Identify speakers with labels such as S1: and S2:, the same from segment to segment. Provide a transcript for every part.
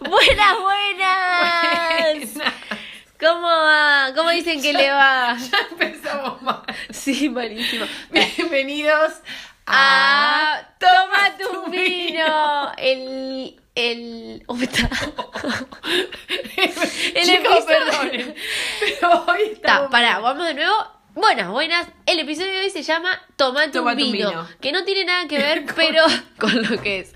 S1: buenas, buenas.
S2: Buenas.
S1: ¿Cómo va? ¿Cómo dicen que le va?
S2: Ya empezamos mal.
S1: Sí, malísimo.
S2: Bienvenidos a...
S1: Ah, toma tu
S2: tu
S1: vino. El. El. oh, está. El
S2: Chicos,
S1: episodio-
S2: perdonen, pero hoy
S1: Está,
S2: estamos...
S1: pará, vamos de nuevo. Buenas, buenas. El episodio de hoy se llama Tomate,
S2: Tomate un
S1: un vino,
S2: vino.
S1: Que no tiene nada que ver, pero. con lo que es.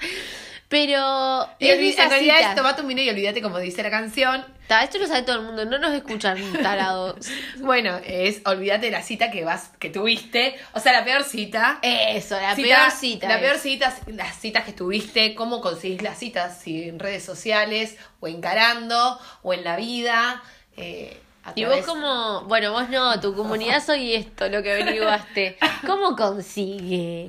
S1: Pero.
S2: Y
S1: es de
S2: olvi- en
S1: esas
S2: realidad es
S1: citas.
S2: tomate un vino y olvídate como dice la canción.
S1: Está, esto lo sabe todo el mundo, no nos escuchan tarados.
S2: Bueno, es olvídate de la cita que vas, que tuviste. O sea, la peor cita.
S1: Eso, la
S2: Cita-
S1: peor cita.
S2: La
S1: es.
S2: peor cita, las citas que tuviste, cómo conseguís las citas, si en redes sociales, o encarando, o en la vida. eh, a
S1: Y vos
S2: través-
S1: como, bueno, vos no, tu comunidad soy esto, lo que averiguaste. ¿Cómo consigue?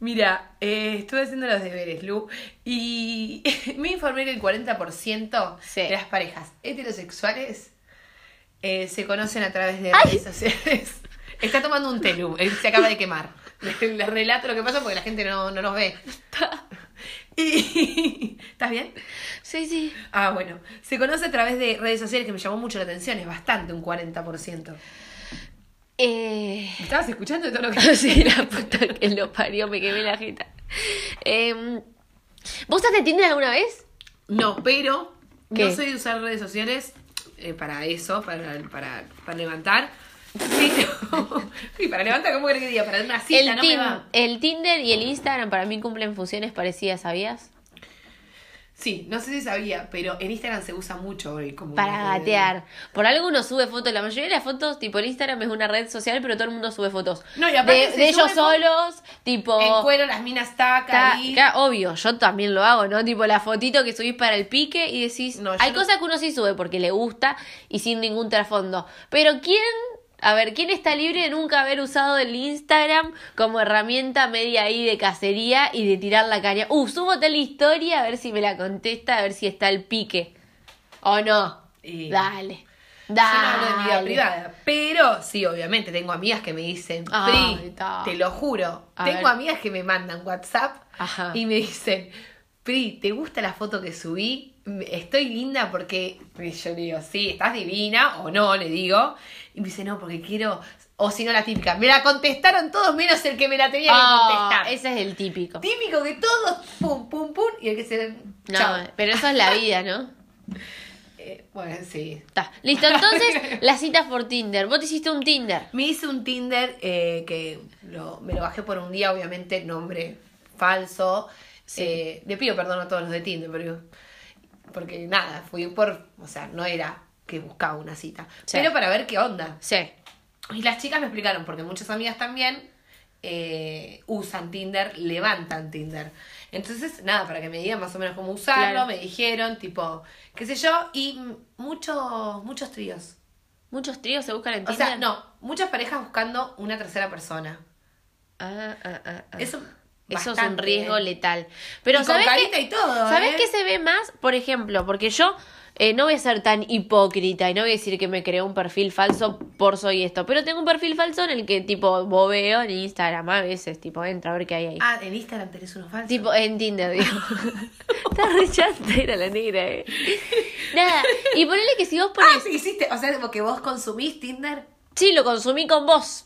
S2: Mira, eh, estuve haciendo los deberes, Lu, y me informé que el 40%
S1: Sí.
S2: de las parejas heterosexuales eh, se conocen a través de redes sociales. Está tomando un té, Lu, él se acaba de quemar. Les relato lo que pasa porque la gente no, no nos ve. Y- ¿Estás bien?
S1: Sí, sí.
S2: Ah, bueno. Se conoce a través de redes sociales que me llamó mucho la atención, es bastante, un 40%.
S1: Eh...
S2: ¿Me ¿Estabas escuchando todo lo que...
S1: sí, la puta que lo parió, me quemé la jeta. Em, ¿Vos usaste Tinder alguna vez?
S2: No, pero
S1: ¿Qué?
S2: no soy de usar redes sociales eh, para eso, para, para, para levantar. Pero, y para levantar, ¿cómo querés que diga? Para dar una cita,
S1: el,
S2: no me
S1: Tin-
S2: va.
S1: el Tinder y el Instagram para mí cumplen funciones parecidas, ¿sabías?
S2: Sí, no sé si sabía, pero en Instagram se usa mucho hoy como...
S1: Para
S2: una red.
S1: gatear. Por algo uno sube fotos. La mayoría de las fotos, tipo, el Instagram es una red social, pero todo el mundo sube fotos.
S2: No, y aparte
S1: de,
S2: se
S1: de ellos
S2: sube fo-
S1: solos, tipo...
S2: En cuero, las minas taca,
S1: Está-
S2: ahí.
S1: claro, obvio, yo también lo hago, ¿no? Tipo la fotito que subís para el pique y decís.
S2: No, yo
S1: hay
S2: no-
S1: cosas que uno sí sube porque le gusta y sin ningún trasfondo. Pero ¿quién? A ver, ¿quién está libre de nunca haber usado el Instagram como herramienta media ahí de cacería y de tirar la caña? Uh, subo tal historia a ver si me la contesta, a ver si está el pique. ¿O no?
S2: Y-
S1: Dale.
S2: Yo no hablo de mi vida
S1: dale.
S2: privada, pero sí, obviamente, tengo amigas que me dicen,
S1: Ay,
S2: Pri,
S1: ta.
S2: te lo juro,
S1: Ah, A
S2: tengo
S1: ver.
S2: amigas que me mandan WhatsApp
S1: Ajá.
S2: y me dicen, Pri, ¿te gusta la foto que subí? Estoy linda porque y yo le digo, sí, estás divina o no, le digo, y me dice, no, porque quiero, o si no la típica, me la contestaron todos menos el que me la tenía que
S1: Ah,
S2: contestar.
S1: ese es el típico.
S2: Típico que todos, pum, pum, pum, y el que se...
S1: No,
S2: chao.
S1: pero eso es la vida, ¿no?
S2: Eh, bueno, sí,
S1: Está. Listo, entonces las citas por Tinder. Vos te hiciste un Tinder.
S2: Me hice un Tinder eh, que lo- me lo bajé por un día, obviamente, nombre falso. Eh, le pido perdón a todos los de Tinder, pero porque nada, fui por, o sea, no era que buscaba una cita,
S1: Sí.
S2: pero para ver qué onda.
S1: Sí.
S2: Y las chicas me explicaron, porque muchas amigas también eh, usan Tinder, levantan Tinder. Entonces, nada, para que me digan más o menos cómo usarlo,
S1: Claro.
S2: me dijeron, tipo, qué sé yo, y m- muchos, muchos tríos.
S1: Muchos tríos se buscan en
S2: O
S1: Tinder.
S2: sea, no, muchas parejas buscando una tercera persona.
S1: Ah, ah, ah, ah.
S2: Eso,
S1: Eso es un
S2: bastante,
S1: riesgo
S2: ¿eh?
S1: letal.
S2: Y
S1: Pero
S2: con
S1: ¿sabés
S2: carita
S1: qué,
S2: y todo.
S1: ¿sabés
S2: ¿eh?
S1: qué se ve más? Por ejemplo, porque yo eh, no voy a ser tan hipócrita y no voy a decir que me creé un perfil falso por soy esto. Pero tengo un perfil falso en el que tipo bobeo en Instagram a veces, tipo entro a ver qué hay ahí.
S2: Ah, en Instagram tenés uno falso.
S1: Tipo, en Tinder, digo. Está re chanta, era la negra, eh. Nada, y ponele que si vos pones...
S2: ah, sí, hiciste. O sea, como que vos consumís Tinder.
S1: Sí, lo consumí con vos.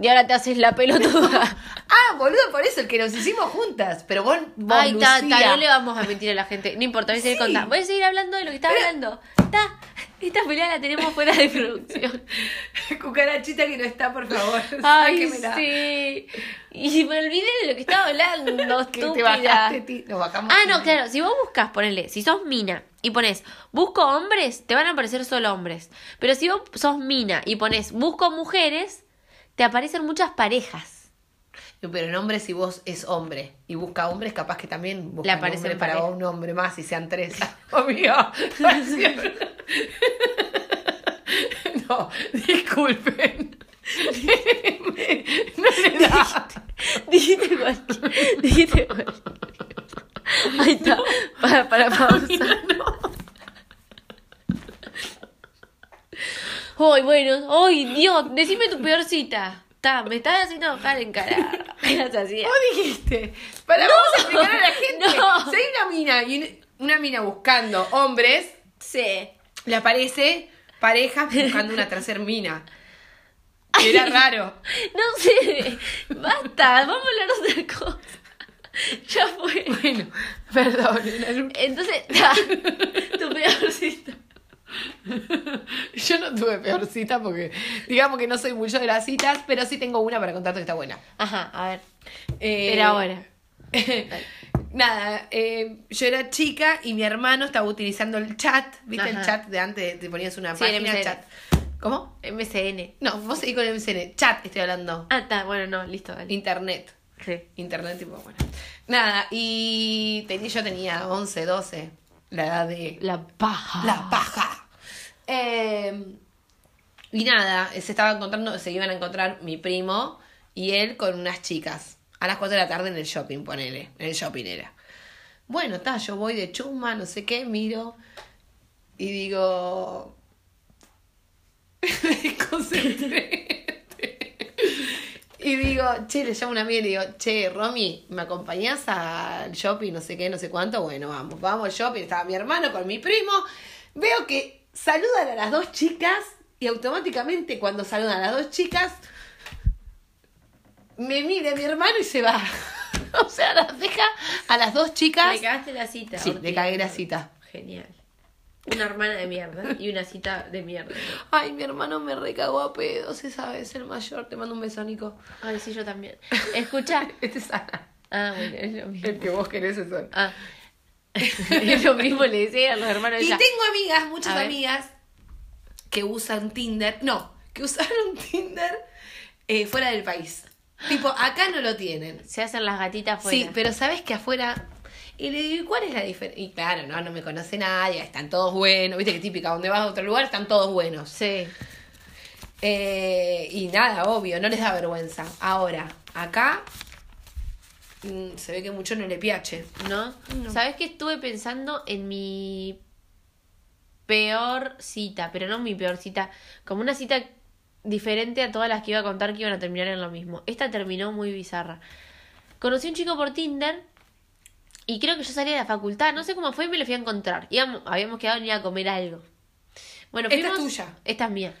S1: Y ahora te haces la pelotuda.
S2: Ah, boludo, por eso, el que nos hicimos juntas. Pero vos, vos
S1: Ay, ta, ta,
S2: Lucía.
S1: no le vamos a mentir a la gente. No importa, voy a seguir
S2: Sí.
S1: contando. Voy a seguir hablando de lo que estaba hablando. Ta, esta pelea la tenemos fuera de producción.
S2: Cucarachita que no está, por favor.
S1: Ay,
S2: sáquemela.
S1: sí. Y me olvidé de lo que estaba hablando,
S2: Que
S1: estúpida.
S2: te bajaste, ti- nos bajamos.
S1: Ah, no,
S2: Tinder.
S1: claro. Si vos buscas, ponele, si sos mina y pones busco hombres, te van a aparecer solo hombres. Pero si vos sos mina y pones busco mujeres, te aparecen muchas parejas.
S2: Pero en hombre, si vos es hombre y busca hombres, capaz que también busca
S1: Le aparecen
S2: hombre para
S1: pareja.
S2: un hombre más y sean tres. Obvio. no, disculpen. no le da.
S1: Dijiste cualquier. Dijiste cualquier. Ahí está. Para, para pausa. Hoy, bueno. Hoy, Dios. Decime tu peor cita. Está, me estás haciendo bajar en cara. Eras así.
S2: Vos dijiste. Para vamos a explicar a la gente.
S1: no.
S2: Si hay una mina y un- una mina buscando hombres,
S1: Sí.
S2: le aparece parejas buscando una tercer mina. Que era raro.
S1: No sé. Basta, vamos a hablar de otra cosa. Ya fue.
S2: Bueno, perdón. era-
S1: Entonces, ta, tu peor cita.
S2: Yo no tuve peor cita porque digamos que no soy mucho de las citas, pero sí tengo una para contarte que está buena.
S1: Ajá, a ver.
S2: Eh,
S1: Pero ahora.
S2: Nada, eh, yo era chica y mi hermano estaba utilizando el chat. ¿Viste el
S1: Ajá.
S2: chat de antes? Te ponías una
S1: Sí, el
S2: página
S1: MSN.
S2: chat. ¿Cómo?
S1: MCN.
S2: No, vos seguís con el MCN. Chat estoy hablando.
S1: Ah, está, bueno, no, listo, dale.
S2: Internet.
S1: Sí.
S2: Internet tipo, bueno. Nada, y tenía- yo tenía 11, 12. La edad de...
S1: La paja.
S2: La paja. Eh, y nada, se estaba encontrando, se iban a encontrar mi primo y él con unas chicas. A las 4 de la tarde en el shopping, ponele. En el shopping era. Bueno, está, yo voy de chuma, no sé qué, miro y digo. Me desconcentré. y digo, che, le llamo a una amiga y le digo, che, Romy, ¿me acompañás al shopping? No sé qué, no sé cuánto. Bueno, vamos, vamos al shopping. Estaba mi hermano con mi primo. Veo que saludan a las dos chicas y automáticamente cuando saludan a las dos chicas, me mira mi hermano y se va. o sea, las deja a las dos chicas.
S1: Le cagaste la cita.
S2: Sí, le cagué la cita.
S1: Genial. Una hermana de mierda y una cita de mierda.
S2: Ay, mi hermano me recagó a pedos esa vez, el mayor. Te mando un beso, Nico.
S1: Ay, sí, yo también. Escucha.
S2: Este es Ana.
S1: Ah, bueno, es lo mismo.
S2: El que vos querés es Ana.
S1: Ah. es lo mismo le decía a los hermanos de
S2: Y
S1: ella.
S2: tengo amigas, muchas
S1: A ver.
S2: amigas, que usan Tinder. No, que usaron Tinder eh, fuera del país. Tipo, acá no lo tienen.
S1: Se hacen las gatitas fuera.
S2: Sí, pero sabes que afuera. Y le digo, ¿y ¿cuál es la diferencia? Y claro, no, no me conoce nadie, están todos buenos. Viste que típica, donde vas a otro lugar están todos buenos.
S1: Sí.
S2: Eh, y nada, obvio, no les da vergüenza. Ahora, acá mm, se ve que mucho no le piache.
S1: ¿No? ¿Sabes que estuve pensando en mi peor cita? Pero no mi peor cita, como una cita diferente a todas las que iba a contar que iban a terminar en lo mismo. Esta terminó muy bizarra. Conocí a un chico por Tinder y creo que yo salí de la facultad, no sé cómo fue y me lo fui a encontrar. Íbamos- habíamos quedado en ir a comer algo. Bueno,
S2: Esta es
S1: fuimos-
S2: tuya.
S1: Esta es mía.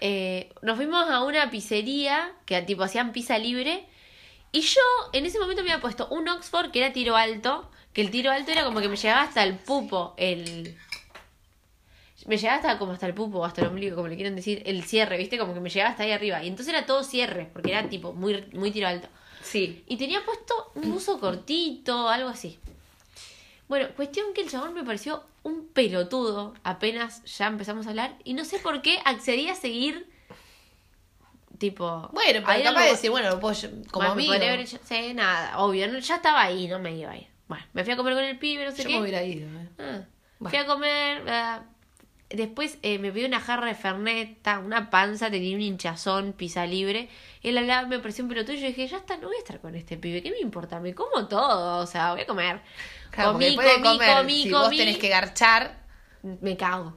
S1: Eh, nos fuimos a una pizzería que tipo hacían pizza libre. Y yo en ese momento me había puesto un Oxford que era tiro alto, que el tiro alto era como que me llegaba hasta el pupo, el... Me llegaba hasta como hasta el pupo, hasta el ombligo, como le quieren decir, el cierre, ¿viste? Como que me llegaba hasta ahí arriba. Y entonces era todo cierre, porque era tipo muy, muy tiro alto.
S2: Sí.
S1: Y tenía puesto un buzo cortito, algo así. Bueno, cuestión que el chabón me pareció un pelotudo. Apenas ya empezamos a hablar. Y no sé por qué accedí a seguir. Tipo.
S2: Bueno, pero
S1: hay
S2: capaz
S1: algo-
S2: de decir, bueno, lo puedo lle- como
S1: Bueno, me
S2: amigo.
S1: podría haber hecho- sí, nada, obvio. no, ya estaba ahí, no me iba a ir. Bueno, me fui a comer con el pibe, no sé
S2: Yo
S1: qué.
S2: me hubiera ido. eh.
S1: Ah,
S2: Bueno.
S1: Fui a comer. ah, después eh, me pidió una jarra de ferneta, una panza, tenía un hinchazón, pizza libre. Él hablaba, me pareció un pelotudo. y Yo dije, ya está, no voy a estar con este pibe. ¿Qué me importa? Me como todo, o sea, voy a comer.
S2: Claro,
S1: comí,
S2: porque después de
S1: comí,
S2: comer,
S1: comí,
S2: si vos
S1: comí.
S2: tenés que garchar,
S1: Me cago.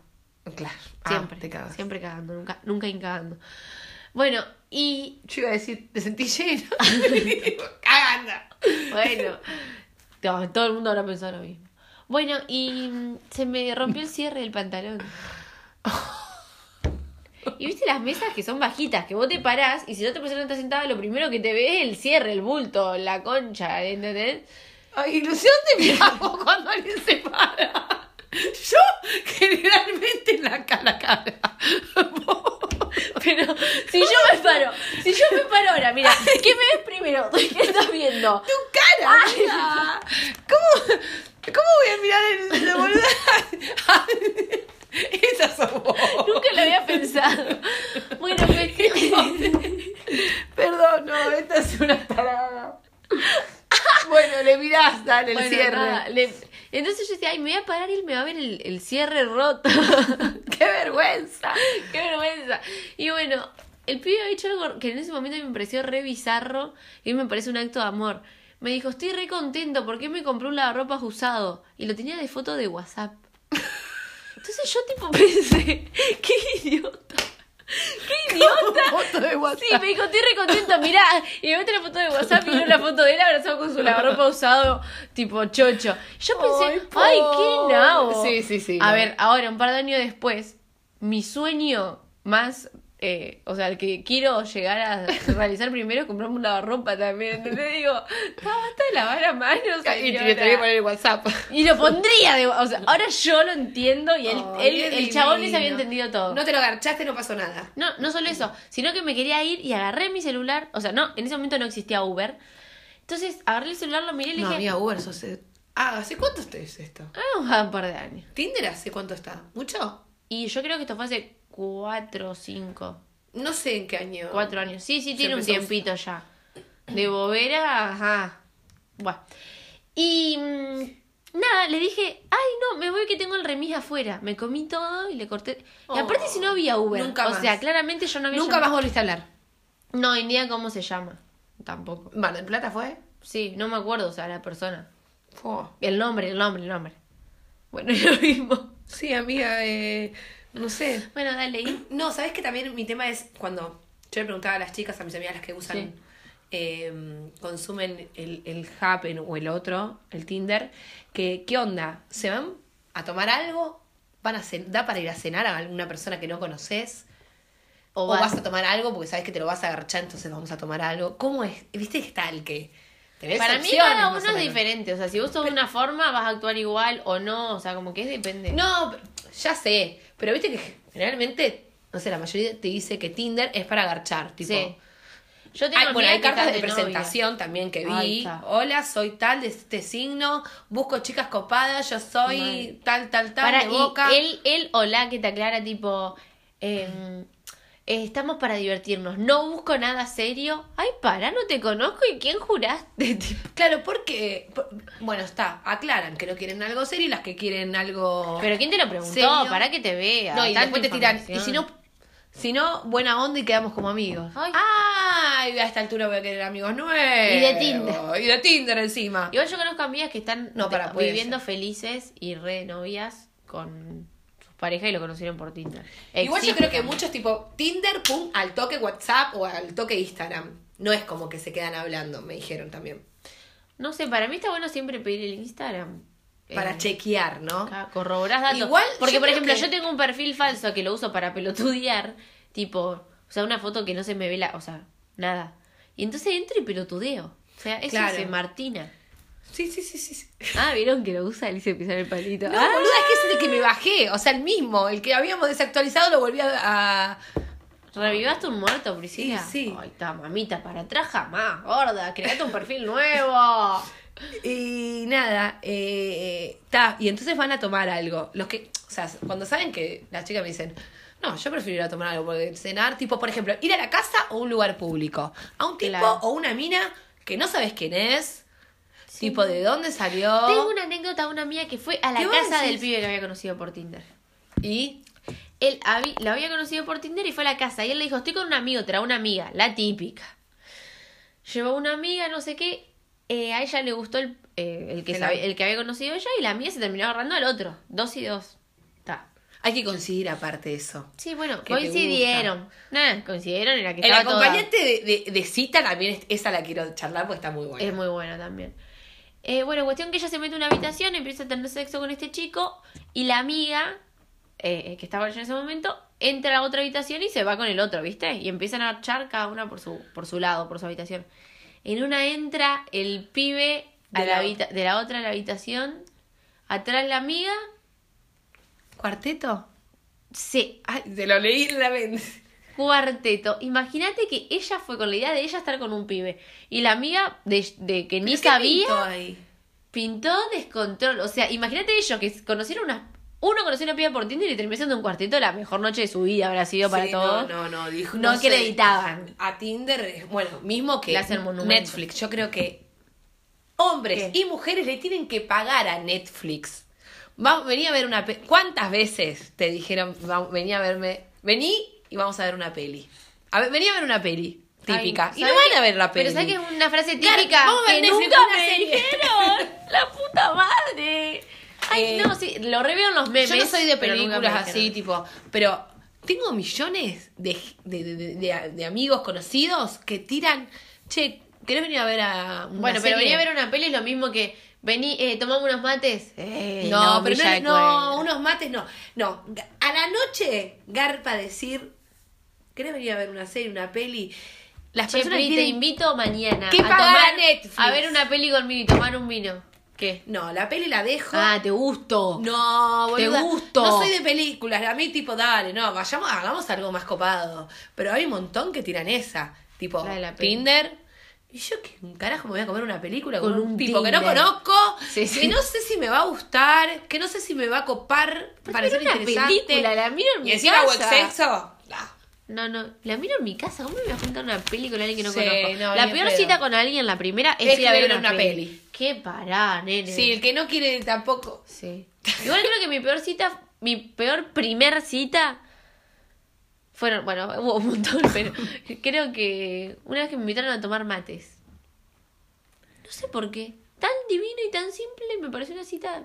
S2: claro. ah,
S1: Siempre.
S2: te cagas.
S1: siempre cagando, nunca, nunca incagando. Bueno, y
S2: Yo iba a decir, te sentí lleno. Cagando.
S1: Bueno, no, todo el mundo habrá pensado lo mismo. Bueno, y mm, se me rompió el cierre del pantalón. Y viste las mesas que son bajitas, que vos te parás y si la otra persona está sentada, lo primero que te ve es el cierre, el bulto, la concha, ¿entendés?
S2: Ay, ilusión de miramos cuando alguien se para. Yo, generalmente en la cara, cara.
S1: Pero si yo me paro, si yo me paro ahora, mira, ¿qué me ves primero? ¿Qué estás viendo?
S2: tu cara. amiga. ¿Cómo, ¿Cómo voy a mirar el, la boluda? Esa sos vos.
S1: Nunca lo había pensado. Bueno, pues...
S2: Perdón, no, esta es una tarada. Bueno, le mirás, dale, el
S1: Bueno,
S2: cierre.
S1: nada, le- Entonces yo decía, ay, me voy a parar y él me va a ver el, el cierre roto.
S2: ¡Qué vergüenza!
S1: Qué vergüenza. Y bueno, el pibe había hecho algo que en ese momento me pareció re bizarro y me parece un acto de amor. Me dijo, estoy re contento porque me compró un lavarropas usado y lo tenía de foto de WhatsApp. Entonces yo tipo pensé, qué idiota. ¡Qué idiota!
S2: Foto de WhatsApp.
S1: Sí, me dijo, estoy re contenta, mirá. Y me mete la foto de WhatsApp y era una foto de él abrazado con su lavarropa usado, tipo chocho. Yo pensé, ay,
S2: Ay, pobre".
S1: qué nabo.
S2: Sí, sí, sí,
S1: A
S2: no.
S1: ver, ahora, un par de años después, mi sueño más. eh, o sea, el que quiero llegar a realizar primero es comprarme un lavarropa también. Entonces digo, "Ah, basta de lavar a mano.
S2: Y te
S1: señora".
S2: lo tenía que poner en WhatsApp.
S1: Y lo pondría de. O sea, ahora yo lo entiendo y el,
S2: Ay,
S1: el,
S2: qué
S1: el chabón les
S2: divino.
S1: había entendido todo.
S2: No te lo agarchaste, no pasó nada.
S1: No, no solo eso, sino que me quería ir y agarré mi celular. O sea, no, en ese momento no existía Uber. Entonces agarré el celular, lo miré y le
S2: No,
S1: dije.
S2: amiga, Uber, sos... Ah, ¿hace cuánto este- es esto?
S1: Ah, un par de años.
S2: ¿Tinder hace cuánto está? ¿Mucho?
S1: Y yo creo que esto fue hace cuatro o cinco.
S2: No sé en qué año.
S1: Cuatro años. Sí, sí,
S2: Se
S1: tiene un
S2: empezó a usar.
S1: tiempito ya. De bobera, ajá. Bueno. Y mm, nada, le dije, ay no, me voy que tengo el remis afuera. Me comí todo y le corté. Y aparte
S2: Oh,
S1: si no había Uber.
S2: nunca
S1: o
S2: más.
S1: sea, claramente yo no había
S2: Nunca más volviste a hablar.
S1: más. No, ni idea cómo se llama. Tampoco.
S2: ¿Mar del Plata fue?
S1: Sí, no me acuerdo, o sea, la persona.
S2: Fue.
S1: El nombre, el nombre, el nombre. Bueno, es lo mismo.
S2: Sí, amiga, eh, no sé.
S1: Bueno, dale. y-
S2: No, ¿sabes que también mi tema es cuando yo le preguntaba a las chicas, a mis amigas, las que usan,
S1: Sí.
S2: eh, consumen el, el Happen o el otro, el Tinder, que qué onda, ¿se van a tomar algo? ¿Van a cen- ¿Da para ir a cenar a alguna persona que no conoces?
S1: O
S2: ¿O
S1: vas-
S2: vas, a tomar algo porque sabes que te lo vas a agarchar, entonces vamos a tomar algo? ¿Cómo es? ¿Viste que está el que? tenés
S1: Para mí
S2: opciones,
S1: cada
S2: más
S1: uno
S2: o
S1: es
S2: menos.
S1: diferente. O sea, si vos sos de una forma, vas a actuar igual o no. O sea, como que es depende.
S2: No, ya sé, pero viste que generalmente, no sé, la mayoría te dice que Tinder es para agarchar, tipo.
S1: Sí. Yo tengo
S2: Ay, bueno,
S1: amigas
S2: hay
S1: que
S2: cartas
S1: están
S2: de
S1: novia.
S2: presentación también que
S1: Ahí
S2: vi.
S1: está.
S2: Hola, soy tal de este signo, busco chicas copadas, yo soy
S1: Mal.
S2: tal, tal, tal,
S1: Para,
S2: de
S1: y
S2: boca.
S1: él, él o la que te aclara, tipo, em, eh, estamos para divertirnos, no busco nada serio. Ay, para, no te conozco y quién juraste, tipo.
S2: Claro, porque, por- bueno, está, aclaran que no quieren algo serio y las que quieren algo...
S1: Pero quién te lo preguntó,
S2: ¿Serio?
S1: para que te vea.
S2: no, y
S1: Tanta
S2: después te tiran, y si
S1: información.
S2: no, si no, buena onda y quedamos como amigos.
S1: Ay.
S2: Ay, a esta altura voy a querer amigos nuevos.
S1: Y de Tinder.
S2: Y de Tinder encima.
S1: Igual yo conozco amigas que están
S2: No, para,
S1: te-
S2: puede
S1: viviendo felices y re novias con sus parejas y lo conocieron por Tinder.
S2: Igual yo
S1: Existe
S2: creo que
S1: también.
S2: muchos tipo Tinder, pum, al toque WhatsApp o al toque Instagram. No es como que se quedan hablando, me dijeron también.
S1: No sé, para mí está bueno siempre pedir el Instagram.
S2: Para
S1: Eh,
S2: chequear, ¿no?
S1: acá Corroborás datos.
S2: Igual,
S1: Porque,
S2: yo
S1: por
S2: creo
S1: ejemplo,
S2: que-
S1: yo tengo un perfil falso que lo uso para pelotudear. Tipo, o sea, una foto que no se me ve la. O sea, nada. Y entonces entro y pelotudeo. O sea, eso
S2: Claro.
S1: dice Martina.
S2: Sí, sí, sí, sí. sí.
S1: Ah, vieron que lo usa, le hice pisar el palito.
S2: No,
S1: Ah.
S2: boluda, es que es el que me bajé. O sea, el mismo. El que habíamos desactualizado lo volví a. a-
S1: Revivaste un muerto, Priscila.
S2: Sí, sí.
S1: Ay, está, mamita, para atrás jamás, gorda. Create un perfil nuevo.
S2: Y nada. eh, ta, y entonces van a tomar algo. Los que. O sea, cuando saben que las chicas me dicen. No, yo prefiero ir a tomar algo porque cenar, tipo, por ejemplo, ir a la casa o un lugar público. A un tipo
S1: Claro.
S2: o una mina que no sabes quién es,
S1: Sí.
S2: Tipo, ¿de dónde salió?
S1: Tengo una anécdota de una mía que fue a la
S2: ¿Qué
S1: casa
S2: vos decís?
S1: del pibe que había conocido por Tinder.
S2: Y.
S1: Él habi- la había conocido por Tinder y fue a la casa. Y él le dijo, estoy con un amigo, trae una amiga, la típica. Llevó una amiga, no sé qué. eh, a ella le gustó el, eh, el, que
S2: El
S1: sabe-
S2: am-
S1: el que había conocido ella y la mía se terminó agarrando al otro. Dos y dos. Está.
S2: Hay que conseguir aparte eso.
S1: Sí, bueno,
S2: Que te
S1: coincidieron. Nada, coincidieron en la que
S2: El
S1: estaba toda-
S2: acompañante de, de- de cita también, es- esa la quiero charlar porque está muy buena.
S1: Es muy buena también. Eh, bueno, cuestión que ella se mete en una habitación, empieza a tener sexo con este chico y la amiga, eh, eh, que estaba yo en ese momento, entra a otra habitación y se va con el otro, ¿viste? Y empiezan a archar cada una por su, por su lado, por su habitación. En una entra el pibe a
S2: De
S1: la
S2: la
S1: habita- de la otra a la habitación, atrás la amiga,
S2: ¿Cuarteto?
S1: se
S2: Ay, te lo leí en la mente.
S1: cuarteto. Imagínate que ella fue con la idea de ella estar con un pibe y la amiga de, de que ni
S2: ¿Qué
S1: sabía...
S2: pintó ahí?
S1: pintó descontrol. O sea, imagínate ellos que conocieron una. Uno conoció una piba por Tinder y terminó siendo un cuarteto. La mejor noche de su vida habrá sido para
S2: Sí,
S1: todos.
S2: No, no, no, dijo.
S1: No
S2: sé.
S1: acreditaban.
S2: A Tinder, es- bueno, mismo que
S1: Le hacen monumento.
S2: Netflix. Yo creo que hombres
S1: ¿Qué?
S2: y mujeres le tienen que pagar a Netflix. Va- vení a ver una peli. ¿Cuántas veces te dijeron, va- vení a verme, vení y vamos a ver una peli? A ver, vení a ver una peli típica.
S1: Ay,
S2: y no
S1: ¿sabes
S2: van a
S1: qué?
S2: ver la peli.
S1: Pero ¿sabes que es una frase
S2: Claro,
S1: típica?
S2: vamos a ver
S1: que
S2: Netflix,
S1: nunca
S2: una
S1: me
S2: serie.
S1: dijeron. ¡La puta madre! Ay,
S2: Eh,
S1: no, sí, lo reveo en los memes.
S2: Yo no soy de
S1: pero nunca me
S2: películas así,
S1: dijeron.
S2: tipo, pero Tengo millones de, de, de- de- de amigos conocidos que tiran, che, ¿querés venir a ver a una
S1: Bueno, pero
S2: serie?"
S1: venía a ver una peli es lo mismo que vení, eh, tomamos unos mates. Eh,
S2: no, pero
S1: Villa
S2: no,
S1: de
S2: no,
S1: Cuerda.
S2: unos mates no. No, a la noche garpa decir, ¿querés venir a ver una serie, una peli? Las
S1: Che,
S2: personas
S1: Pri, te
S2: tienen...
S1: invito mañana
S2: ¿Qué
S1: a
S2: pagar
S1: tomar
S2: a Netflix?
S1: a ver una peli conmigo y tomar un vino. ¿Qué?
S2: No, la peli la dejo.
S1: Ah, te gusto.
S2: No,
S1: Te
S2: boluda,
S1: gusto.
S2: No soy de películas, a mí tipo, dale, no, vayamos, hagamos algo más copado. Pero hay un montón que tiran esa, tipo
S1: La de la peli.
S2: Tinder. Y yo qué carajo me voy a comer una película con,
S1: Con
S2: un
S1: un
S2: tipo que no
S1: Tinder.
S2: conozco,
S1: Sí, sí.
S2: que no sé si me va a gustar, que no sé si me va a copar,
S1: Para
S2: parecer
S1: una
S2: interesante.
S1: película, la miro en
S2: y
S1: mi
S2: encima
S1: casa.
S2: o exceso. Ah,
S1: No, no, la miro en mi casa. ¿Cómo me voy a juntar una peli con alguien que no
S2: Sí,
S1: conozco?
S2: no,
S1: la
S2: ni
S1: peor
S2: en pedo.
S1: cita con alguien, la primera, es, ir a ver una, peli. Qué pará, nene.
S2: Sí, el que no quiere tampoco.
S1: Sí. Igual creo que mi peor cita, mi peor primer cita fueron, bueno, hubo un montón, pero creo que una vez que me invitaron a tomar mates. No sé por qué. Tan divino y tan simple me pareció una cita.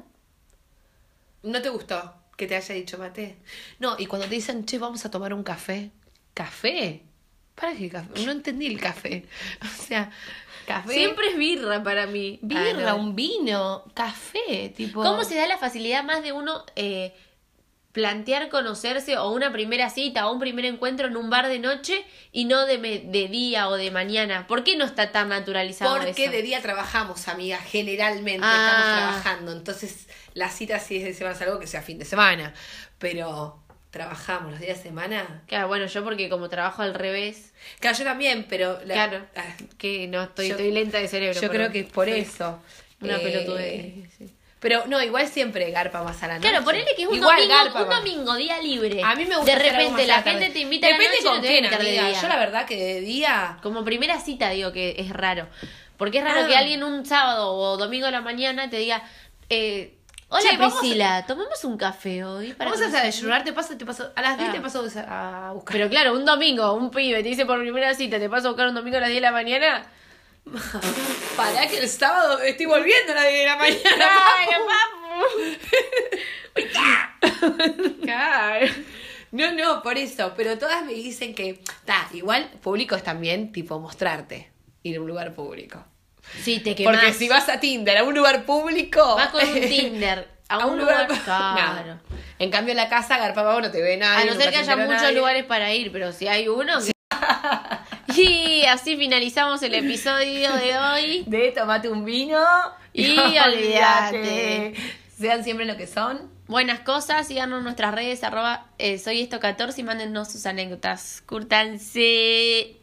S2: ¿No te gustó que te haya dicho mate? No, y cuando te dicen, che, vamos a tomar un café. ¿Café? ¿Para qué café? No entendí el café. O sea, café.
S1: Siempre es birra para mí.
S2: birra,
S1: Ah, no.
S2: un vino, café, tipo.
S1: ¿Cómo se da la facilidad más de uno eh, plantear conocerse o una primera cita o un primer encuentro en un bar de noche y no de, me- de día o de mañana? ¿Por qué no está tan naturalizado
S2: Porque
S1: eso?
S2: de día trabajamos, amiga, generalmente
S1: Ah.
S2: estamos trabajando. Entonces, la cita sí es de semana, salvo que sea fin de semana. Pero trabajamos los días de semana.
S1: Claro, bueno, yo porque como trabajo al revés,
S2: Claro, yo también, pero. la-
S1: Claro.
S2: Ah,
S1: que no estoy,
S2: Yo-
S1: estoy lenta de cerebro.
S2: Yo creo
S1: perdón.
S2: que es por eso.
S1: Una
S2: Eh,
S1: pelotudez, sí.
S2: Pero no, igual siempre garpa más a la noche.
S1: Claro, ponele que es un,
S2: Igual garpa
S1: domingo, un
S2: más.
S1: domingo día libre.
S2: A mí me gusta
S1: De
S2: hacer algo
S1: repente
S2: más
S1: la
S2: a tarde.
S1: gente te invita a la
S2: Depende
S1: noche y no
S2: con
S1: te
S2: quién,
S1: invitar de
S2: amiga.
S1: día.
S2: Yo la verdad que de día...
S1: Como primera cita digo que es raro. Porque es raro
S2: Ah.
S1: que alguien un sábado o domingo a la mañana te diga, eh, hola
S2: Che, vamos a-
S1: Priscila, tomamos un café hoy para Ah.
S2: Vamos a
S1: conocer-".
S2: desayunar, te paso, te paso... A las 10
S1: Claro.
S2: te paso a buscar.
S1: Pero claro, un domingo, un pibe te dice por primera cita, te paso a buscar un domingo a las 10 de la mañana.
S2: Pará que el sábado estoy volviendo a las 10 de la mañana.
S1: Ay,
S2: papu.
S1: papu. Claro.
S2: No, no, por eso. Pero todas me dicen que... Ta, igual público es también tipo mostrarte. Ir a un lugar público.
S1: Sí, te quemás.
S2: Porque si vas a Tinder, a un lugar público...
S1: Vas con un Tinder a un, lugar, claro.
S2: No. En cambio, en la casa, garpaba, no te ve nadie.
S1: A no ser
S2: nunca
S1: que
S2: se
S1: haya
S2: entera
S1: muchos
S2: nadie.
S1: lugares para ir, pero si hay uno. Y así finalizamos el episodio de hoy.
S2: De tomate un vino
S1: Y olvídate.
S2: Sean siempre lo que son.
S1: Buenas cosas, síganos en nuestras redes, arroba eh, soy esto 14 y mándennos sus anécdotas. Curtanse.